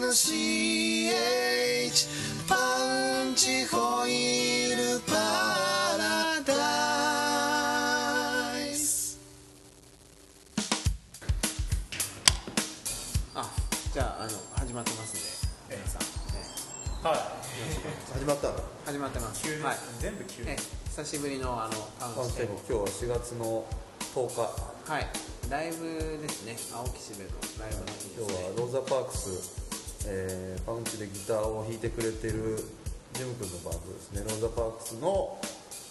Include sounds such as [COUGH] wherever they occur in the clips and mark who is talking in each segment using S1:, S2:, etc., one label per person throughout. S1: の CH パンチホイールパラダイスあじゃああの始まってますんで皆さん、
S2: はい
S3: 始まったの
S1: え始まってます
S2: 急です、
S1: はい
S2: 全部急
S1: え
S2: で
S1: え
S2: す、
S1: 久しぶりのあのパ
S3: 今
S1: ンス
S3: 日
S1: テ
S3: は4月の10日
S1: はいライブですね青木しべのライブの日で
S3: 今
S1: すね
S3: 日はローザパークス、えーパウンチでギターを弾いてくれてるジム君のバンドですねローザパークスの、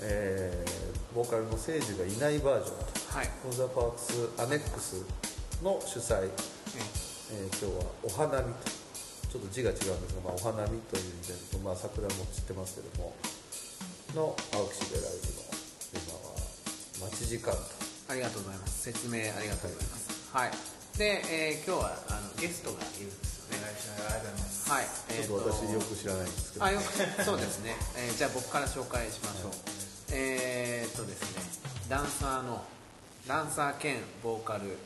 S3: えーボーカルのセイジがいないバージョ
S1: は
S3: ン
S1: い
S3: ローザパークスアネックスの主催、
S1: ええ
S3: えー今日はお花見とちょっと字が違うんですが、まあ、お花見というイベント、まあ、桜も散ってますけどもの青木シベライブの今は待ち時間と。
S1: ありがとうございます説明ありがとうございますはいで、えー今日はあのゲストがいるんですよね
S2: お願いしますありがとうござい
S1: はいえー
S3: ちょっと私よ
S2: ます
S3: く知らないんですけど、
S1: あよくそうですね、えーじゃあ僕から紹介しましょう、えー、っとですねダンサーのダンサー兼ボーカル、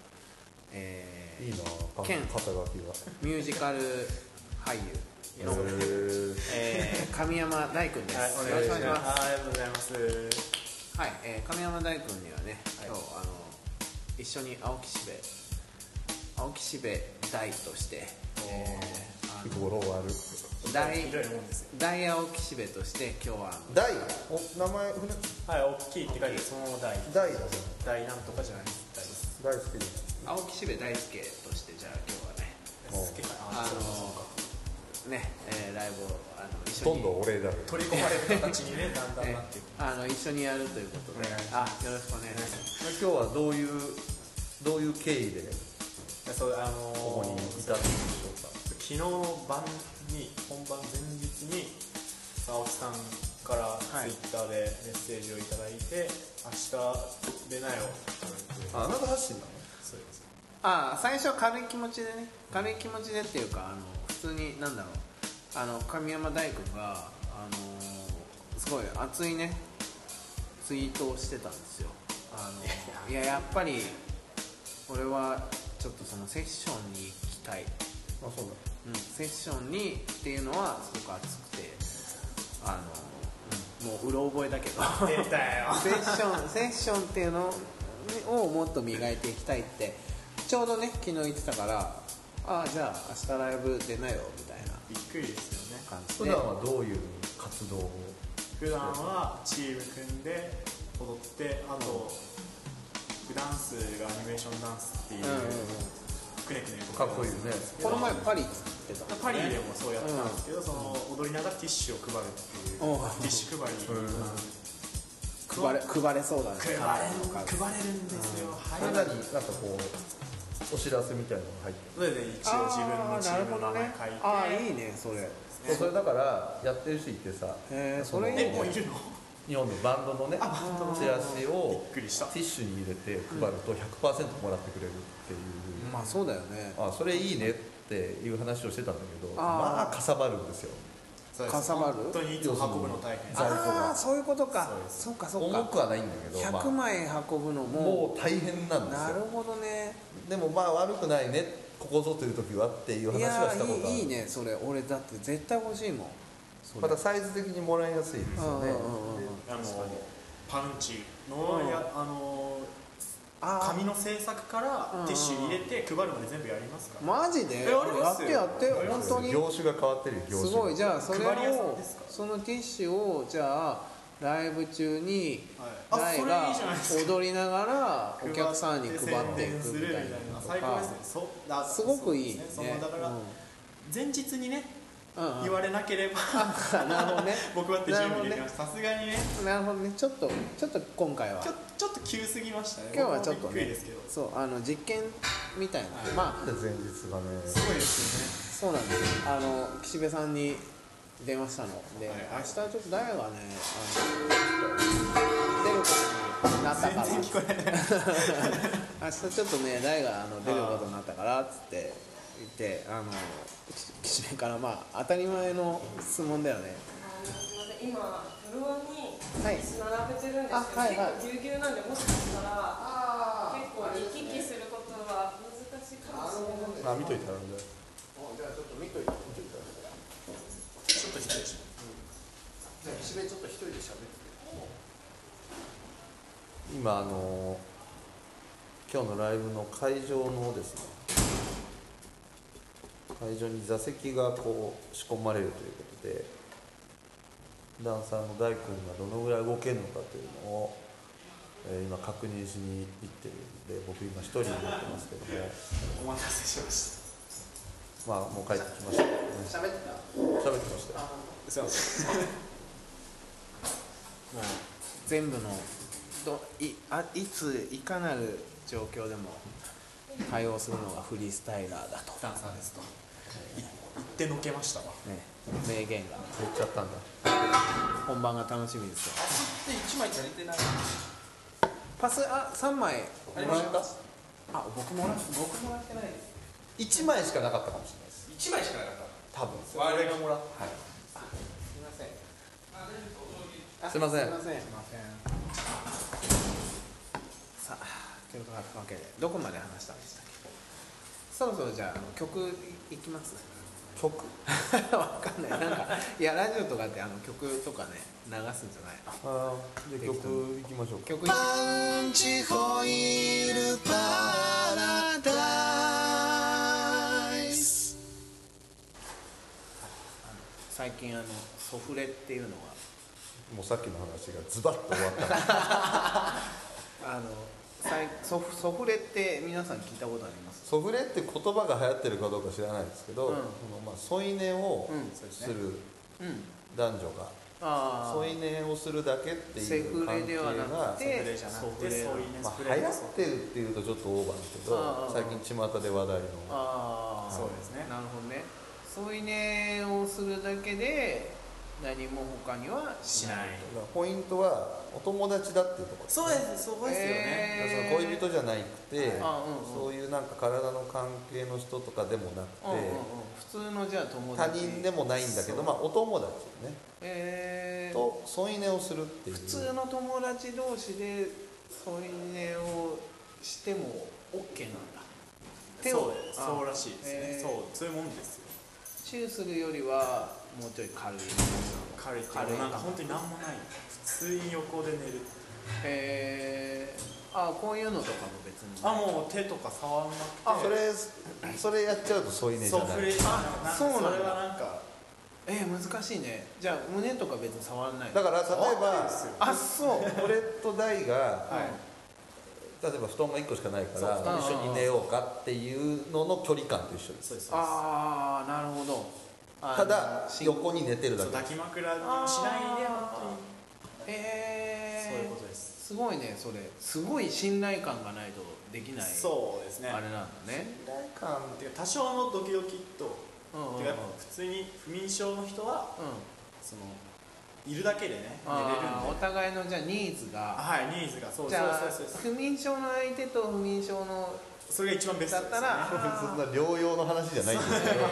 S1: えー
S3: いいなパン
S1: 剣
S3: 肩書きが
S1: ミュージカル俳優の、えー [LAUGHS] 神山大君です、
S2: はい、お願いします
S1: よろく
S2: ありがとうございます
S1: はい、えー神山大君にはね、
S2: はい
S1: 今日あの一緒に青木しべ青木しべ大として、えーあの
S3: 語呂悪い
S1: 大
S2: 広いもんですよ
S1: 大青木しべとして今日はあの
S3: 大お名前船
S2: はい大きいって書いてそのまま大
S3: 大だね
S2: 大なんとかじゃないです
S3: 大好きで
S1: 青木しべ大輔としてじゃあ今日はね
S2: 大好きかな
S1: あ
S2: あ
S1: のね、えーライブをあの一
S3: す
S1: 緒
S3: ど
S1: に
S3: んどんお礼だね
S2: 取り込まれる形にねだんだん
S1: え
S2: なっていく
S1: あの一緒にやるということで
S2: お願いし
S1: あよろしくお願いします
S3: 今日はどういうどういう経緯で
S2: そうあの
S3: ここにいたんでしょうか
S2: 昨日晩に本番前日に青木さんから
S1: い
S2: ツイッターでメッセージをいただいて、明日出なよ
S3: ああなた発信なの
S2: そうです
S1: ああ最初は軽い気持ちでね軽い気持ちでっていうかあの普通になんだろうあの神山大君があのーすごい熱いねツイートをしてたんですよあのいややっぱり俺はちょっとそのセッションに行きたい
S3: あそう
S1: うん、セッションにっていうのはすごく熱くてあの、うんもううろ覚えだけど
S2: 出たよ
S1: セッションセッションっていうのをもっと磨いていきたいってちょうどね昨日言ってたからああじゃあ明日ライブ出なよみたいな
S2: びっくりですよね
S1: 感じ
S3: 普
S1: で
S3: 段はどういう活動を
S2: 普段はチーム組んで踊ってあとダンスがアニメーションダンスっていう
S1: うんうんうん
S2: くねくね
S3: か
S2: 動
S3: っこいいよね
S1: この前パリ行ってた
S2: パリでもそうやったんですけど、その踊りながらティッシュを配るっていうテ
S1: おう
S2: ィッシュ配り、
S1: 配れ配れそうだね
S2: 配れる配れるんですよ、
S3: それ
S2: は
S3: ないりなんかこうお知らせみたいなのが入って
S2: それで一応自分のチームの名前書いて、
S1: ああいいねそれへ
S3: るそれだからやってる人いてさ
S1: えそれいい
S2: え
S1: ね
S2: もういるの
S3: 日本のバンドのねチラシを
S2: びっくりした
S3: ティッシュに入れて配ると100%もらってくれるっていう、
S1: まあそうだよね
S3: あそれいいねっていう話をしてたんだけど
S1: あー
S3: まあかさばるんですよ
S2: そうです
S1: かさばる
S2: 本当にいつも運ぶの大変
S3: 在庫が
S1: ああそういうことか
S2: そうです
S1: そうかそう
S3: 重
S1: か
S3: くはないんだけど、ま
S1: 100
S3: あ、
S1: 枚運ぶのも
S3: もう大変なんで
S1: な
S3: す
S1: る
S3: よ
S1: ほどね
S3: でもまあ悪くないねここぞという時はっていう
S1: い
S3: 話は
S1: や
S3: したことあ
S1: ー
S3: る
S1: いいいいねそれ俺だって絶対欲しいもんそれ
S3: またサイズ的にもらいやすいです
S1: う
S3: よね
S1: んうんうんうん
S3: で
S2: あのパンチの,、やあの
S1: あー
S2: 紙の制作からティッシュ入れて配るまで全部やりますから、
S1: マジで
S2: えあり
S1: や
S2: ま
S1: っ
S2: す
S1: て
S2: よ
S1: やって
S2: あり
S1: 本
S2: ますよ
S1: 当に
S3: 業種が変わってるよ業
S1: す
S3: 種
S1: ごいじゃあそれ
S2: 配り屋さん
S1: を
S2: ですか
S1: そのティッシュをじゃあライブ中に
S2: はいあ
S1: 大
S2: それ
S1: が
S2: いいじゃないです
S1: 踊りながらお客さんに配っていくみたいなのと
S2: 最高
S1: か
S2: ですねそうだ
S1: すごくいいね
S2: そうですねそのだから、
S1: うん
S2: 前日にね
S1: うんうん
S2: 言われなければ
S1: [LAUGHS] なるほどね
S2: [LAUGHS] 僕はって準
S1: なるほど
S2: 備でき
S1: ね
S2: ましたさすがにね
S1: なるほどねちょっとちょっと今回は
S2: ちょちょっと急すぎましたね
S1: 今日はちょっと
S2: 僕もびっくり
S1: ね
S2: ですけど
S1: そうあの実験みたいな、
S2: はい
S1: まあ
S3: なんで前日がね
S2: すごいです
S1: そうなんですよあの岸辺さんに電話したので、
S2: はいはい
S1: 明日ちょっと誰がねあの出ることになったから
S2: よね全然聞こえない
S1: 明日ちょっとね誰があの出ることになったからっつって言ってあの岸岸辺からまあ当たり前の質問だよね
S4: すみません、今フロアに
S1: はい
S4: 並べてるんですけど、
S1: あはいはい
S4: 結構ぎゅうぎゅうなんでもしかしたら結構行き来することは難しいかもしれな
S3: あ
S4: い。
S3: 見といたらんだよ
S1: じゃあちょっと見といて
S5: でしょ
S3: じゃあ岸辺ちょっと一人で喋って今あの今日のライブの会場のですね会場に座席がこう仕込まれるということでダンサーの大君がどのぐらい動けるのかというのを、えー今確認しに行ってるんで僕今一人になってますけども
S2: [LAUGHS] お待たせしました
S3: まあもう帰ってきましたね
S1: 喋ってた
S3: 喋ってましたよ
S2: すいませんもう
S1: 全部のどいあいついかなる状況でも対応するのがフリースタイラーだと、
S2: ダンサーですと言ってのけましたわ
S1: ね、名言が
S3: 言っちゃったんだ
S1: 本番が楽しみですよ
S5: で一枚足りてない
S1: パスあ三枚
S5: ありました
S1: あ僕もら僕もらってないです
S3: 1枚しかなかったかもしれないです
S5: 一枚しかなかっ
S3: 多分
S5: た我がもらっ
S1: すみません
S3: すいません
S1: すいませんさあというわけでどこまで話したんでしたっけそろそろじゃああの曲いいきます
S3: 曲
S1: [LAUGHS] わかんないなんかいやラジオとかってあの曲とかね流すんじゃないの
S3: あーじゃあ
S1: 適当
S3: 曲いきましょうか
S1: 曲パンチホイールパラダイス最近あのソフレっていうのが
S3: もうさっきの話がズバッと終わっ
S1: [LAUGHS]
S3: たな
S1: あのさいソフソフレって皆さん聞いたことあります
S3: ソフレって言葉が流行ってるかどうか知らないですけど、
S1: うん
S3: そのまあ、添い寝を
S1: うん
S3: する
S1: うん
S3: 男女が、
S1: あ
S3: 添い寝をするだけって
S1: セ
S3: いう
S1: フ
S3: 関
S1: レで
S3: 係が、
S1: はなく
S2: それ
S1: て
S2: じゃな
S1: ソ
S2: く
S1: フ
S2: て
S1: レ
S2: そういうね
S3: ま
S2: スプレ
S3: あ、
S2: ー
S3: 流行
S2: が
S3: っ
S2: そう
S3: てるっていうとちょっとオーバーですけ
S1: あ
S3: ど
S1: ー
S3: 最近巷で話題の
S1: ああ
S2: そうですね
S1: なるほどね添い寝をするだけで何も他には
S2: しない
S3: ポイントはお友達だっていうところ
S2: そうですそ
S3: だから
S1: えー
S3: その恋人じゃなくて、
S1: あうんうん
S3: そういうなんか体の関係の人とかでもなくて、
S1: うんうんうん普通のじゃあ友
S3: 他
S1: 達
S3: 人でもないんだけど、まあ、お友達ね、
S1: えー
S3: と添い寝をするっていう
S1: 普通の友達同士で添い寝をしても OK なんだ手
S2: そ
S1: を
S2: うそうらしいですね、
S1: えー
S2: そうそういうもんですよ
S1: チューするよりはもうちょい軽い
S2: 軽いっていうか
S1: 軽い
S2: なんか本当に何もない普通に横で寝る
S1: えー、あこういうのとかも別に
S2: あもう手とか触んなくて
S3: それそれやっちゃうと添い寝じゃ
S2: そ
S3: な
S2: う
S3: い
S2: 触れあ
S1: そうなんだ
S2: それはなんか
S1: えー、難しいねじゃあ胸とか別に触らない
S3: だから例え
S2: あ
S3: ば
S2: ですよ
S1: あそう
S3: 俺と大が、
S1: はい
S3: 例えば布団が1個しかないか
S1: そう布
S3: ら
S1: 団
S3: 一緒に寝ようかっていうのの距離感と一緒です
S2: そうですそうです
S1: ああなるほどあの
S3: ただ
S1: し
S3: 横に寝てるだ
S2: そう
S3: け
S2: 抱き枕にもしない
S1: あー
S2: で本当に
S1: えー、
S2: そういうことです
S1: すごいねそれすごい信頼感がないとできない
S2: そうですね
S1: あれなんだね
S3: 信頼感
S2: てか多少のドキドキと
S1: うんうんうん
S2: てかやっぱ普通に不眠症の人は
S1: うん
S2: そのいるだけでね寝れるんで
S1: あーお互いのじゃあニーズが
S2: はいニーズがそう
S1: じ
S2: そう
S1: ゃあ
S2: そうそ
S1: 不
S2: う
S1: 眠症の相手と不眠症の
S2: [LAUGHS] それが一番ベスト
S1: だっ
S2: です
S1: たら
S2: ね
S3: そんな療養の話じゃないんですけど、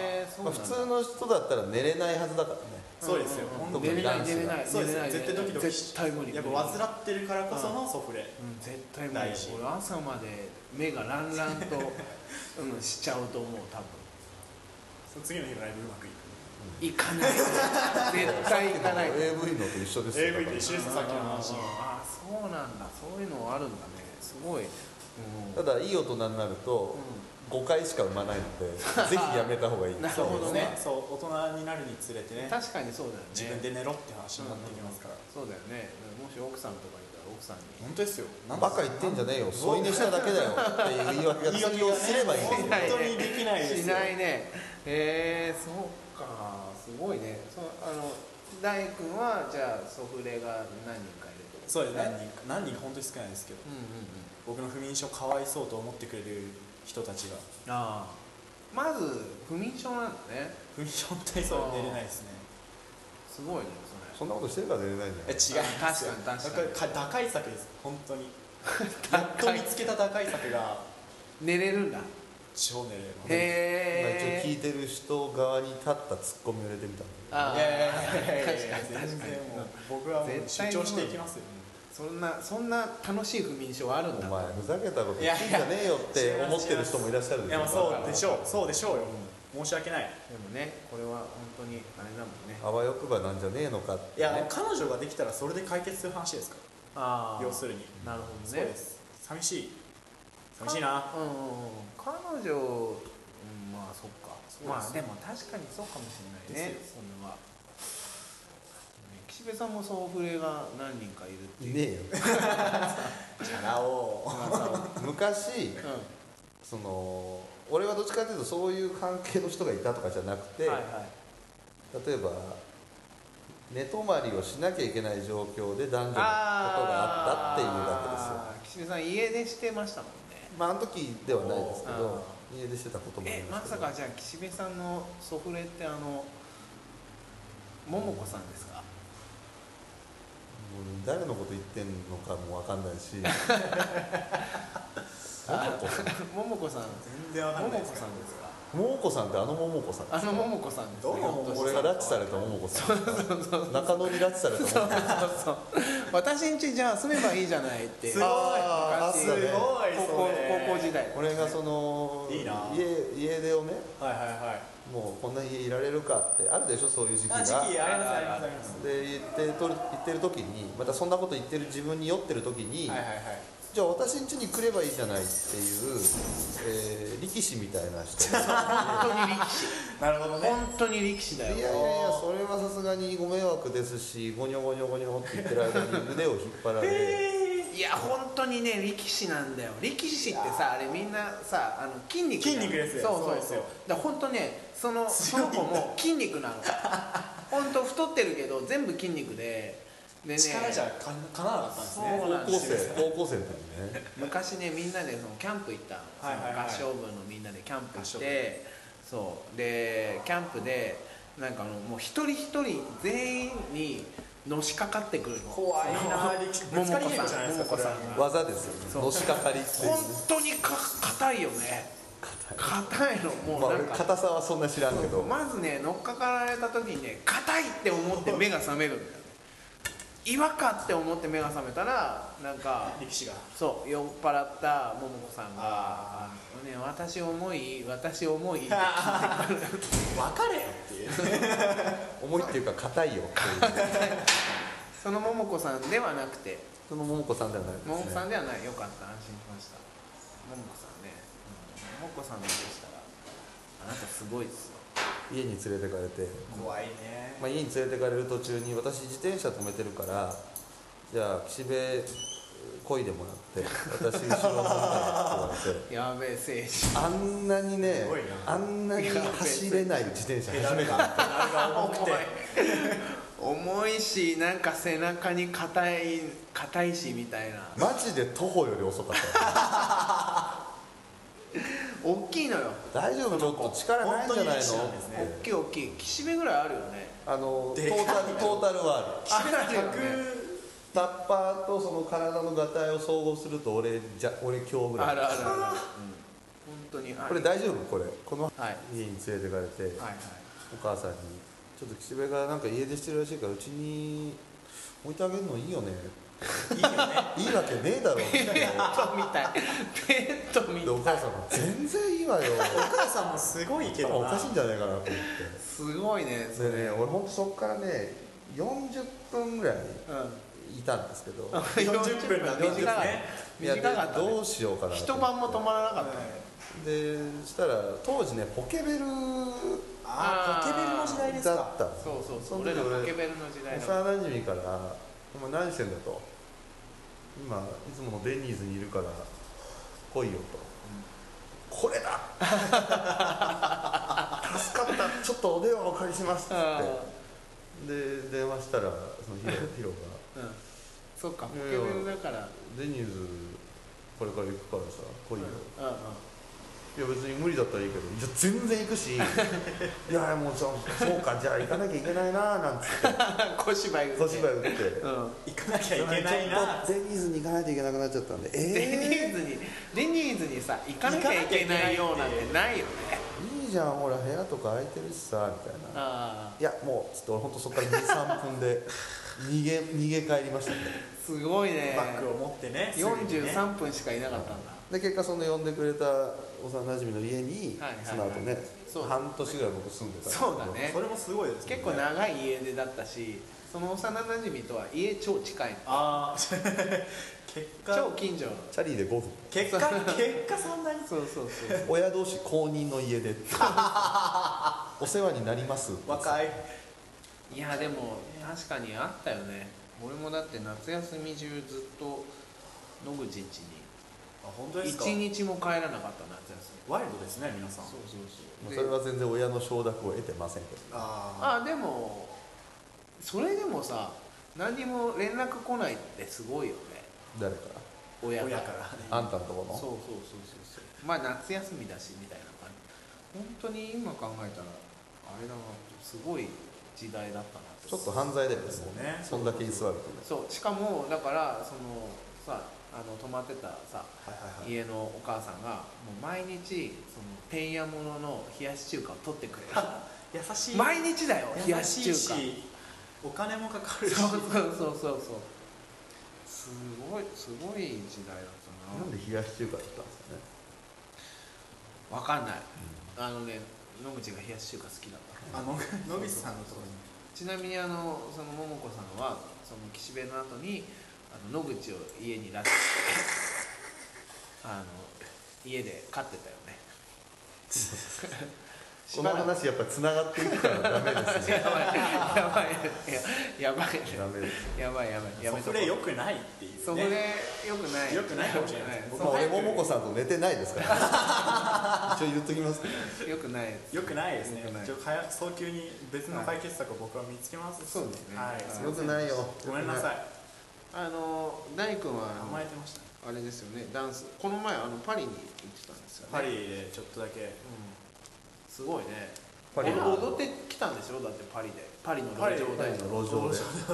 S1: えーそう
S3: [LAUGHS] ま
S1: な
S3: あ、
S1: んだ
S3: 普通の人だったら寝れないはずだからね
S2: [LAUGHS] そうですよ
S1: ん
S2: 本当
S1: 寝
S2: に
S1: れない寝れない
S2: そうで
S1: 寝
S2: す
S1: れない
S2: 絶対ドキドキし
S1: 絶対無理
S2: やっぱ
S1: 無理
S2: 患ってるからこそのソフレ
S1: うん絶対無理
S2: 大事
S1: 俺朝まで目がランランと、うん、しちゃうと思う多分
S2: その次の日のライブうまくいく
S1: 行かない絶対行かない
S3: AV のと一緒ですよ
S2: AV と一緒ですさっきの話
S1: ああそうなんだそういうのあるんだねすごい、うん
S3: ただいい大人になると5回しか産まないのでぜひやめた方がいい
S1: なるほどね
S2: そう大人になるにつれてね
S1: 確かにそうだよね
S2: 自分で寝ろって話になってきますから
S1: そうだよねもし奥さんとかいたら奥さんに
S2: 本当ですよ
S3: バカ言ってんじゃねえよ添い寝しただけだよっていう言い訳が
S2: 言い
S3: 通
S2: 訳が
S3: 用
S2: ね
S3: すればいいんだよ
S2: 本当にできないで
S1: し
S2: すよ
S1: ないねえー、そうかすごいねそうあの大君はじゃあソフレが何人かいるってこと
S2: そうです何人か何人か本当に少ないですけど
S1: うんうんうん
S2: 僕の不眠症かわいそうと思ってくれる人たちが
S1: ああまず不眠症なんだね
S2: 不眠症みたいにそう寝れないですね
S1: すごいね
S3: そんなことしてるから寝れないんだよ
S2: え違うんです
S1: あ
S2: よ
S1: 確かに確かに
S2: だから打開策です本 [LAUGHS] 当に
S1: 打
S2: や
S1: 開
S2: っと見つけた打開策が
S1: それ寝れるんだ
S2: 超寝れます
S1: へ
S3: 今一応聞
S1: え
S3: いてる人側に立ったツッコミを入れてみたんだけど
S1: あ
S2: いやいやいやい
S1: あ
S2: や
S1: 確
S2: い
S1: か
S2: や
S1: に確
S2: 全
S1: か
S2: 然
S1: に
S2: もう僕はもう
S1: 絶対
S2: 主
S1: に
S2: 張していきますよ
S1: そんなそんな楽しい不眠症あるんだ
S3: お前ふざけたこと言ってんじゃねえよって思ってる人もいらっしゃる
S2: い
S3: でし
S2: や
S3: ょ
S2: まあそうでしょうそうでしょうよ申し訳ない
S1: でもねこれは本当にあれだもんね
S3: あわよくばなんじゃねえのかって、ね、
S2: いや、彼女ができたらそれで解決する話ですか
S1: あ
S2: ら要するに
S1: なるほどね
S2: そうです寂しい寂しいな
S1: うんうんうん彼女、うん、まあそっか
S2: う
S1: ま
S2: です
S1: あでも確かにそうかもしれないね
S2: で
S1: それは岸辺さんもそうフレが何人かいるって
S3: い
S1: いう
S3: ねえよ
S2: チャラ男
S1: 噂を
S3: 昔
S1: うんは
S3: その俺はどっちかというとそういう関係の人がいたとかじゃなくて、
S1: いはい
S3: 例えば寝泊まりをしなきゃいけない状況で男女のことがあったっていうだけですよ
S1: けですよ岸辺さん家出してましたもんね
S3: まああの時ではないですけ
S1: おーあ
S3: ど家出してたこともあり
S1: え
S3: ま
S1: ます
S3: け
S1: さ
S3: ど
S1: かじゃあ岸辺さんのソフレってあの桃子さんです
S3: [LAUGHS]
S1: か
S3: もう誰のこと言ってんのかもわかんない
S1: [LAUGHS]
S3: し
S1: 桃子さん
S2: 全然わかん
S1: 桃
S2: ないです
S1: 子
S2: か
S1: さ
S2: ら
S1: んですか
S3: 桃子さんってあの桃子さん
S1: あの桃子さんです
S2: どうも桃子さん
S3: 俺が拉致された桃子さん中野に拉致された桃子さん
S1: そうそう私んちじゃあ住めばいいじゃないって
S2: すごい
S3: あ
S1: 昔
S3: ー
S2: すごいそれ
S1: 高校高校時代
S3: 俺がその
S2: いいな
S3: 家家出をね
S2: はいはいはい
S3: もうこんな家いられるかってあるでしょそういう時期が
S2: あ時期ありますありますあります
S3: で言ってとる言ってる時にまたそんなこと言ってる自分に酔ってる時に、
S2: はいはいはい
S3: じゃあ私ん家に来ればいいじゃないっていう、えー力士みたいな [LAUGHS] 人
S1: 本当に力士
S2: なるほどね
S1: 本当に力士だよ
S3: いやいやいやそれはさすがにご迷惑ですしゴニョゴニョゴニョって言ってる間に腕を引っ張られ
S1: いや本当にね力士なんだよ力士ってさあれみんなさあの筋肉じゃん
S2: 筋肉です
S1: そ
S2: よ
S1: う
S2: そう
S1: そう
S2: です
S1: そう
S2: よ
S1: だから本当ねそのその子も筋肉
S2: [LAUGHS]
S1: なの本当太ってるけど全部筋肉ででね
S2: 力じゃかかなわなかったんですね
S1: そう
S3: 高
S1: なん
S3: 校
S1: ですよ
S3: 生高校生の時にね
S1: 昔ねみんなでそのキャンプ行ったの、
S2: はいはいはい
S1: その合唱部のみんなでキャンプ
S2: 合
S1: し
S2: 唱
S1: てそうでキャンプでなんかあのもう一人一人全員にのしかかってくるの
S2: 怖いな力士ぶ
S1: 桃
S2: つかり
S1: 子
S2: 稽古じ
S1: さ
S2: ゃない
S1: ん
S2: です
S1: 桃子
S2: か
S1: さ
S2: それ
S1: んが
S3: 技ですよねのしかかりっていう
S1: 本当にか硬いよね硬いの
S3: ま
S1: もう
S3: あ
S1: な
S3: 俺
S1: んか、
S3: 硬さはそんな知らんけど
S1: まずね乗っかかられた時にね硬いって思って目が覚めるんだよね違和感って思って目が覚めたらなんか
S2: 力士が
S1: そう酔っ払った桃子さんが
S2: あ
S1: 「ね私重い私重い」
S2: [LAUGHS]
S1: って
S2: 分かれよっていう
S3: 重いっていうか硬いよっていう
S1: その桃子さんではなくて
S3: [LAUGHS] その桃子さんではないですね
S1: 桃子さんではないよかった安心しました桃子さんね、うん、桃子さんでしたらあなたすごいですよ
S3: 家に連れてかれて、
S2: 怖いね
S3: まあ、家に連れてかれる途中に私自転車止めてるからじゃあ岸辺こいでもらって私後ろ乗ったらって言われて
S1: やべえ精神
S3: あんなにね
S2: すごいな
S3: あんなに走れない自転車初めてだった
S2: あれが重くて
S1: 重いしなんか背中に硬い硬いしみたいな
S3: マジで徒歩より遅かった
S1: 大きいのよ
S3: 大丈夫ちょっと力ないんじゃないのっ
S2: 本当にいい人なんですね
S1: 大き
S3: て
S1: い大きい岸辺ぐらいあるよね
S3: あのト
S2: でかい
S3: ータルトータルはある
S1: あるよね
S2: 100
S3: タッパーとその体の合体を総合すると俺じゃ俺今日ぐらい
S1: あるあるある、うん、本当にある
S3: これ大丈夫これこの
S1: はい
S3: 家に連れてかれて、
S1: はいはい
S3: お母さんに「ちょっと岸辺がなんか家出してるらしいからうちに置いてあげるのいいよね
S2: いいよね」
S3: いいわけねえ
S2: [LAUGHS]
S3: だろ」って言って
S1: ペットみたいペットみ
S3: でお
S1: たい
S3: 母さんが「全然いいわよ」
S2: お母さんもすごいけどな
S3: おかしいんじゃないかなと思っ
S1: すごいね
S3: て
S1: それ
S3: でね俺ほんとそっからね40分ぐらい
S1: うん
S3: [LAUGHS] いたんですけ
S2: [LAUGHS]
S3: ど
S2: 40分なんで
S1: 短かっ
S2: ね
S1: た短かった、
S3: いや
S1: ね
S3: ど、うしようかなと思って
S1: 一晩も止まらなかったね、
S3: でそしたら当時ねポケベル
S2: あーポケベルの時代です
S3: だ
S2: か
S3: ったの
S1: そうそうそ
S3: そうの
S1: 俺
S3: 時
S1: ら
S3: 俺
S1: ポケベルの時代の
S3: 幼馴染から「お前何してんだ」と「今いつものデニーズにいるから来いよ」と「これだ! 」助かったちょっとお電話お借りします」っつ
S1: あ
S3: ってで電話したらその
S2: [LAUGHS]
S3: ヒロヒロが
S1: ーうんそっかポケ
S3: いやい
S1: ベ
S3: や
S1: ルだから
S3: 「デニーズこれから行くからさ来いよ」
S1: うんうん
S3: いや別に無理だったらいいけどいや全然行くしいやもうそうそうかじゃあ行かなきゃいけないななんつって
S1: 小芝居
S3: 小芝居
S1: 居
S3: 打って
S1: うん
S2: 行かなきゃいけない
S3: ち
S2: な
S3: ょっとデニーズに行かないといけなくなっちゃったんで
S1: デニー
S3: え
S1: ズにデニーズにさ行かなきゃいけないようなんてないよね
S3: ー、いいじゃんほら部屋とか空いてるしさみたいな
S1: あ
S3: いやもうちょっと俺ほんとそっから23分で [LAUGHS] 逃げ逃げ帰りましたね
S1: あすごいね
S2: バッグを持ってねすぐにね
S1: 43分しかいなかったんだ
S3: で結果その呼んでくれた幼馴染の家に、
S1: はいはいはい
S3: その後ね
S1: そう
S3: 半年ぐらい僕住んでたんですけど
S1: そうだね
S2: それもすごいですね
S1: 結構長い家出だったしその幼なじみとは家超近い
S2: ああ結
S1: 超
S2: 果
S1: 近所
S3: チャリで5分
S2: 結果結果そんなに
S1: そうそうそう
S3: 親同士公認の
S1: [LAUGHS]
S3: 家でお世話になります
S2: 若い
S1: いやでも確かにあったよね俺もだって夏休み中ずっと野口家に
S2: あ本当ですか
S1: 一日も帰らなかった夏休み
S2: ワイルドですね皆さん
S1: そうそう
S3: ま
S1: そうで
S3: あそれは全然親の承諾を得てませんけど
S2: あ
S1: あでもそれでもさ何にも連絡来ないってすごいよね
S3: 誰から
S1: 親
S2: あ
S1: が
S2: 親から
S3: あんたのとこ
S1: そうそう
S3: ろ
S1: そうそうそうまあ夏休みだしみたいな感じ本当に今考えたらあれだなすごい時代だったな
S3: のちょっと犯罪だよね
S2: そう
S3: もう
S2: ね
S3: そんだけ居座るとね
S1: そうしかもだからそのさあの泊まってたさ
S2: はいはいはい
S1: 家のお母さんがもう毎日そのてんやものの冷やし中華を取ってくれる
S2: 優しい
S1: 毎日だよ冷や
S2: 優
S1: し
S2: し
S1: 中
S2: い
S1: 華
S2: しお金もかかるし
S1: そうそうそうそうそうすごいすごい時代だった
S3: なんで冷やし中華だったんですかね
S1: なわかんない、あのね野口が冷やし中華好きだった
S2: あの野口さんのところに
S1: ちなみにあのその桃子さんはその岸辺の後にあの野口を家に拉致してあの家で飼ってたよね
S3: この
S1: しばらく
S3: 話やっぱりつながっていくからダメですね
S1: やばいやばいやばい
S3: ダメです
S1: やばいやばいやばい
S2: それ良くないっていうね
S1: そこでよくない
S2: 良くないかもしれない
S3: 僕は俺ももこさんと寝てないですから
S2: [LAUGHS]
S3: 一応言っときますけど
S1: よくない
S2: 良くないですね
S1: 良くない
S2: 一応早早急に別の解決策を僕は見つけます
S1: そうですね
S2: はい
S1: はい
S2: すい
S3: よ
S2: ませ
S3: くないよ
S2: んごめんなさい
S1: あの大君はあの
S2: 甘えてましたね
S1: あれですよねダンスこの前あのパリに行ってたんですよね
S2: パリでちょっとだけ
S1: うんすごいね
S3: パリの
S1: 踊ってきたんでしょだってパリでパリの路
S2: パリ
S1: 上
S3: パ
S1: で
S3: リの路上で
S2: 踊ってきまし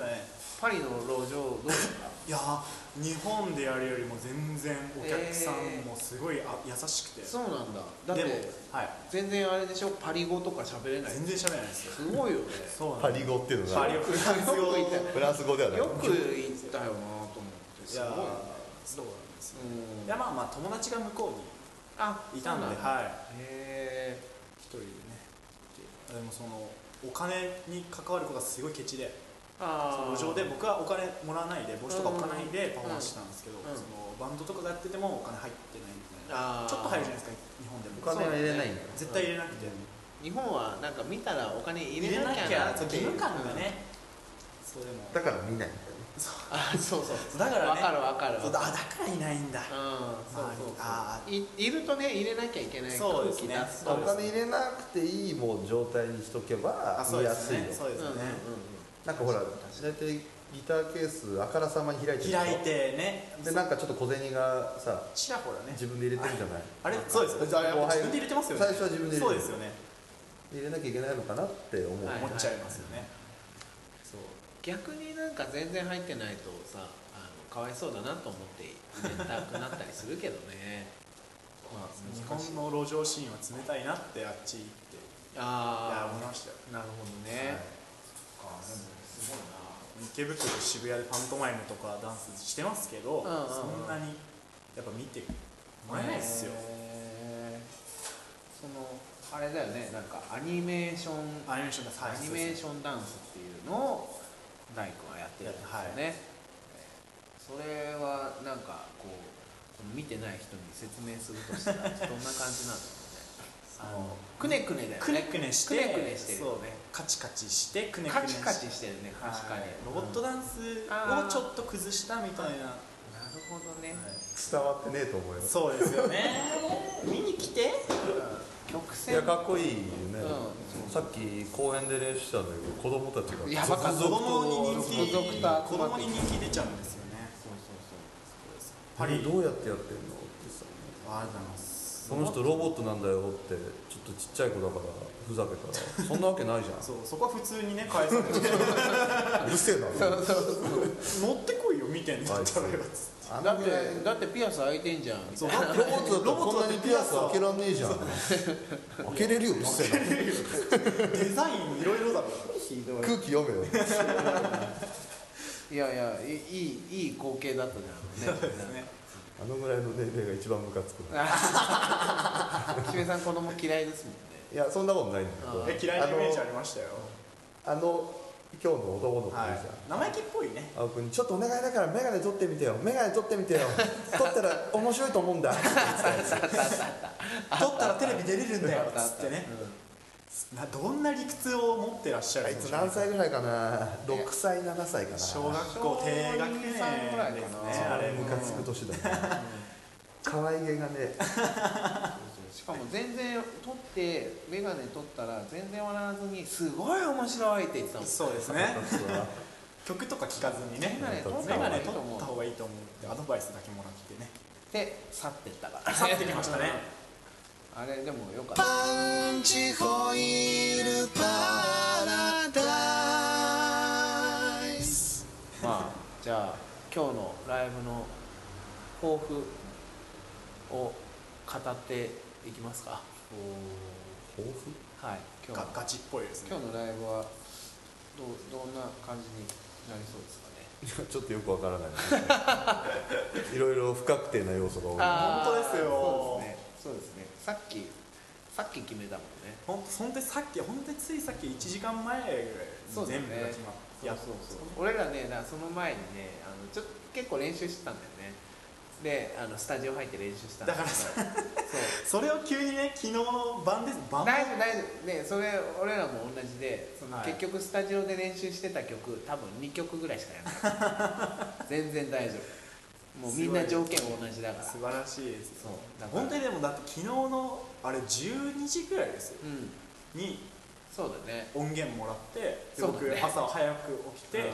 S2: たね
S1: パリの路上どうだった
S2: いやー日本でやるよりも全然お客さんもすごいあ優しくて
S1: そうなんだだっ
S2: [LAUGHS] でも
S1: て
S2: はい
S1: 全然あれでしょパリ語とか喋れない
S2: 全然喋れないですよ
S1: すごいよね
S2: そうなん
S3: パ
S2: で
S3: リ語っていうの
S2: す
S3: が
S2: パリをフランス語
S1: よく言ったよ
S3: フランス語ではない
S1: よく行ったよなと思って
S2: い
S1: す
S2: や
S1: ごい
S2: ー
S1: ね
S2: そうなんですよ
S1: うん
S2: いやまあまあ友達が向こ
S1: あ
S2: うにいたんで
S1: そうなんだ
S2: はい
S1: へ
S2: 一人でねでもそのお金に関わる子がすごいケチで
S1: ーあー
S2: 路上で僕はお金もらわないで帽子とか置かないでパフォーマンスしてたんですけど、
S1: うんうん
S2: そのバンドとかがやっててもお金入ってないみたいな
S1: あー
S2: ちょっと入るじゃないですか日本でも
S3: お金は入れないんだ
S2: 絶対入れなくて、
S1: 日本はなんか見たらお金入
S2: 入
S1: れ
S2: れ
S1: な
S2: な
S1: き
S2: き
S1: ゃ
S2: ゃ
S1: な
S2: そう
S1: って
S2: 義
S1: いう
S2: 務感がね、そうでも
S3: だから見ないんだよね
S1: あそうそう
S2: だからね
S1: わかるわかる
S2: そうだあだからいないんだ、
S1: うんそうそう
S2: あ
S1: そういいるとね入れなきゃいけない空
S2: そうです
S1: 気出
S2: ね
S1: す
S2: そ
S1: と
S2: う
S3: お金
S2: です
S3: 入れなくていいもう状態にしとけば
S2: あそう
S3: 見や
S2: です
S3: すい
S2: ね
S3: よ
S2: そうです
S1: う
S2: ね、
S1: んうんうん
S3: なんかほら大体ギターケースあからさまに開いてるでしょ
S2: 開いてね
S3: でなんかちょっと小銭がさ
S2: ちらほらね
S3: 自分で入れてるじゃない
S2: あれそうです
S3: じゃあ
S2: あやっぱ
S3: はい
S2: 自分で入れてますよね
S3: 最初は自分で入れ
S2: そう
S3: る
S2: ですよね
S3: 入れなきゃいけないのかなって思う、
S1: はい
S2: 思っちゃいますよね、そう
S1: 逆になんか全然入ってないとさあのかわいそうだなと思って入れたくなったりするけどね [LAUGHS] ま
S2: 日
S1: あ難しい
S2: 本の路上シーンは冷たいなってあっち行っていや
S1: あ
S2: 思いましたよ
S1: あなるほどね、
S2: はい
S1: あでもすごいな
S2: 池袋渋谷でパントマイムとかダンスしてますけど、
S1: うんうんうん
S2: そんなにやっぱ見てもらえないですよ、
S1: へーそのあれだよねなんかアニメーション
S2: アニメーションが
S1: アニメーションダンスっていうのを大工はやってるんですよね、それはなんかこう見てない人に説明するとしたらどんな感じなんだろうねあのくねくねだよね
S2: くねくねして
S1: くねくねしてるよ
S2: そうカチカチしてくね
S1: ね
S2: く
S1: カ
S2: ね
S1: チ
S2: して
S1: カチしてるね確かに
S2: はいロボット
S1: なる
S2: ダンスをちょっと崩したみたいな、
S1: ほどね、
S3: 伝わってねえと思います
S2: そうですよね見に来て
S1: 曲
S3: い
S1: 線
S3: やかっこいいよね、
S1: うん
S3: さっき公園で練習したんだけど子供たちが
S1: やばかった
S2: 子供に人気
S1: 続々と集まって
S2: 子供に人気出ちゃうんですよね
S1: そうそうそう
S2: そうです
S3: パ
S2: パリ
S3: リどうやってやってんのってさ
S2: ありがとうございます
S3: その人ロボットなんだよってちょっとちっちゃい子だからふざけたらそんなわけないじゃ
S2: そうそこは普通にね返されて
S3: [LAUGHS] んうるせえな
S1: そうそう
S2: 乗ってこいよ見てんだった [LAUGHS] らよつって
S3: あ
S1: だ
S3: の
S1: って
S3: ぐらい
S1: だってピアス開いてんじゃんみたいな
S3: ロボットだったらこんなにピアス開けらんねえじゃん開けれるようるせえな
S2: デザインいろいろだろ
S3: 空気読めよ
S1: いやいやいいいいいい光景だったじゃんね [LAUGHS]
S2: そうですね
S3: あのぐらいの年齢が一番ムカつくの
S1: キメさん子供嫌いですもんね
S3: いやそんなことないんだけど
S1: あ
S2: え嫌いなイメージありましたよ
S3: あの今日の男の子いるじゃん、
S2: はい生意気っぽいね
S3: 青君にちょっとお願いだから眼鏡取ってみてよ眼鏡取って
S2: [LAUGHS]
S3: みてよ取ったら面白いと思うんだって言って
S2: 撮ったらテレビ出れるんだよ
S1: あったあっ
S2: つったてねなどんな理屈を持ってらっしゃる
S3: あいつ何歳ぐらいかな6歳7歳かな
S2: 小学校低学年ですね
S1: 小二ぐらいかな
S2: あ
S3: あ
S2: れ
S3: れ
S2: も
S3: ムカつく年だね可愛げがね
S1: しかも全然撮って眼鏡取ったら全然笑わずに「すごい面白い」って言ってたもん
S2: そうですね曲とか聴かずにね
S1: 眼鏡取っ
S2: 眼
S1: た方がいいと思
S2: 鏡取った
S1: う
S2: 方がいいと思うってアドバイスだけもらってね
S1: で去ってったから
S2: 去ってきましたね
S1: あれでもよかったまあじゃあ今日のライブの抱負を語っていきますか
S3: 抱負
S1: はい今日
S2: ガ
S1: の
S2: ガチっぽいですね
S1: 今日のライブはどうどんな感じになりそうですかね
S3: いやちょっとよくわからないいろいろ不確定な要素が多い
S1: あー
S2: 本当ですよ
S1: そうですねそうですねさっきさっき決めたもんね
S2: ほんとそんでさっき本当についさっき1時間前ぐらいに
S1: そうだ
S2: 全
S1: ね
S2: 部が決まっ
S1: そう
S2: てやっ
S1: そうそう俺らねだからその前にねあのちょっと結構練習してたんだよねであのスタジオ入って練習したんだけど
S2: だ
S1: そう
S2: それを急にね昨日の晩です晩
S1: 大丈夫大丈夫ねそれ俺らも同じでその、
S2: はい
S1: 結局スタジオで練習してた曲多分2曲ぐらいしかやらない
S2: [LAUGHS]
S1: 全然大丈夫もうみんな条件同じだから
S2: 素晴らしいです
S1: そうだから
S2: 本当にでもだって昨日のあれ12時ぐらいですよ
S1: うん
S2: に
S1: そうだね
S2: 音源もらってで
S1: そうだ
S2: 僕
S1: ね
S2: 朝早く起きて、
S1: うん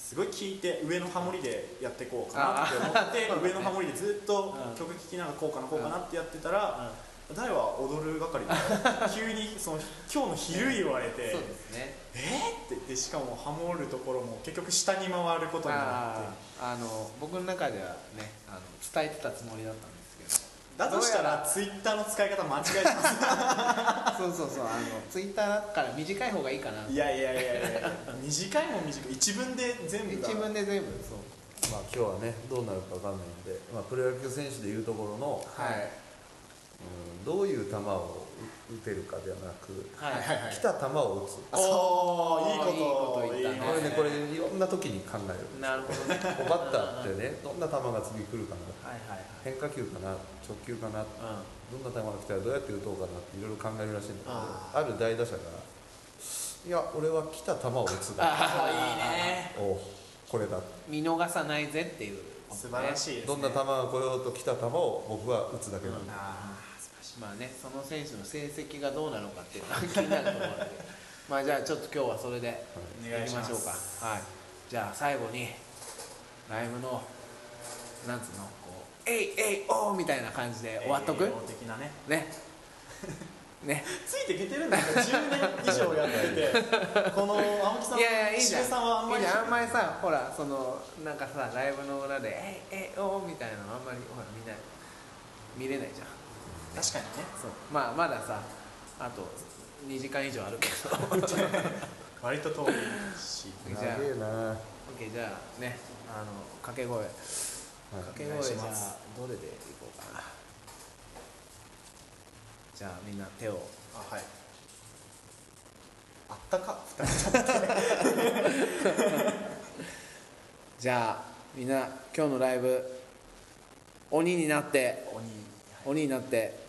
S2: すごい聴いて上のハモリでやってこうかなって思って、
S1: あー
S2: 上のハモリでずっと
S1: うん
S2: 曲聴きながらこうかなこうかなってやってたら、誰は踊る係で急にその今日の昼言われて
S1: そうですね
S2: 「えっ?」って言ってしかもハモるところも結局下に回ることにな
S1: あ
S2: って
S1: ーあの僕の中ではねあの伝えてたつもりだったんですけど
S2: だとした
S1: どうや
S2: ら
S1: ら
S2: ツイッターの使い方間違えてます
S1: そうそうそうあのツイッターだから短い方がいいかない
S2: [LAUGHS] やいやいやいや短いもん短い一文で全部だ
S1: 一文で全部そう
S3: まあ、今日はねどうなるかわかんないので、まあ、プロ野球選手でいうところの、
S2: はい
S3: うん、どういう球を打てるかではなく
S1: はい
S2: はいはい
S3: 来た球を打つ
S2: おーいい
S1: そう
S2: こと
S1: いいこと言ったね
S3: これねこれいろんな時に考える
S1: なるほどね
S3: こうバッターってねどんな球が次来るかな
S1: はいはいはい
S3: 変化球かな直球かなどんな球が来たらどうやって打とうかなっていろいろ考えるらしいんだけど
S2: あ
S3: ある代打者が「いや俺は来た球を打つだ
S2: あいいね
S3: おうこれだ」
S1: うん見逃さないぜっていうことね
S2: 素晴らしいです、ね、
S3: どんな球
S2: あ
S3: が来ようと来た球を僕は打つだけなんだ
S2: あ
S1: まあねその選手の成績がどうなのかっていうのは気になるところ
S2: [LAUGHS]
S1: だけどまあじゃあちょっと今日はそれで
S2: お
S1: や
S2: 願い
S1: り
S2: し
S1: ま
S2: ま
S1: し
S2: す
S1: ょうかはいじゃあ最後にライブのなんつうのこう「えいえいおー」みたいな感じで終わっとく、
S2: 栄養的なね [LAUGHS]
S1: ねね
S2: ついていけてるんですか10年以上やって [LAUGHS] てこの青木さん
S1: いやいやいいじゃん
S2: 石部さんはあんまり
S1: いいじゃんあんまりさほらそのなんかさライブの裏で「えいえいおー」みたいなのあんまりほらみんな見れないじゃん
S2: 確かにね
S1: そうまあまださあと2時間以上あるけど [LAUGHS]
S2: 割と遠いし
S1: じゃあ
S3: 長えなは
S1: OK じゃあねあの掛け声掛け
S2: お願
S1: 声
S2: い
S1: じ
S2: し
S1: ゃ
S2: ます
S1: あどれでいこうかなじゃあみんな手を
S2: あはいあったか二人
S1: じゃあみんな今日のライブ鬼になって
S2: 鬼
S1: 鬼になって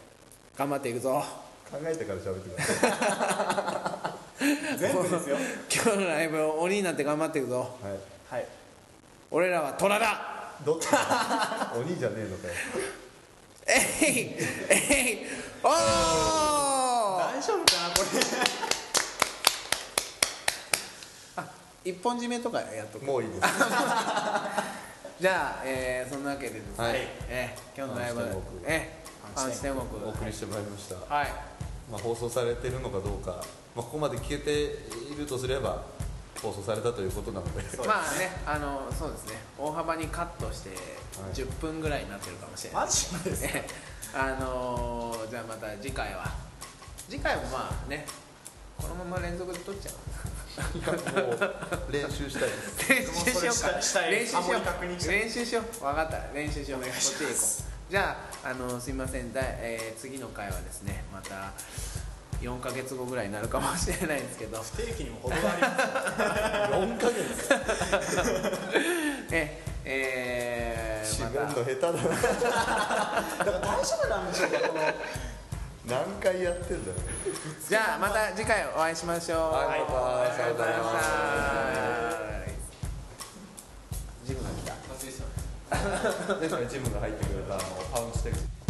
S1: 頑張っていくぞ
S3: い考えてから喋ってください
S2: 全部ですよ
S1: 今日のライブ鬼になって頑張っていくぞ
S3: [LAUGHS] はい
S2: はい
S1: 俺らは虎だ
S3: どっち鬼じゃねえのかよ
S1: えいえいおー
S2: 大丈夫かなこれ
S1: 一本締めとかやっとく
S3: もういいです
S1: じゃあ、えーそんなわけでですね、
S3: はい
S1: えー今日のライブ
S3: パンチ天国
S1: えーパンチ天国
S3: お送りしてまいりました、ま
S1: はい
S3: あ、放送されてるのかどうか、まあ、ここまで消えているとすれば放送されたということなので
S2: うですね
S1: まあねあのそうですね大幅にカットして10分ぐらいになってるかもしれない、
S2: マジです
S1: えーあのーじゃあまた次回は次回もまあねこのまま連続で撮っちゃおう
S3: もう練習したいです
S1: 練習しよう
S2: もうそれしたいし
S1: か練習しよ
S2: たいあんまり確認し
S1: う
S2: ない
S1: 練習しよう分かった練習しよう
S2: お
S1: こ
S2: 願
S1: っ
S2: い
S1: ち
S2: し
S1: へ行
S2: ま
S1: こ
S2: す
S1: うじゃああのすいませんだい、えー次の回はですねまた4ヶ月後ぐらいになるかもしれないんですけど
S2: 不定期にも程がありま
S3: 4
S2: す
S3: ヶ月
S1: ええ
S3: 違
S1: ー、ま
S3: う
S1: た
S3: の下手だな
S2: だから [LAUGHS] 大丈夫なんでしょうかこの
S3: 何回やってんだよ
S1: じゃあまた次回お会いしましょう、
S3: はいバイバイ
S1: ありがとうございましたジムが来た
S5: 松井さん
S3: 確かにジムが入ってくれたあのパウンチテクス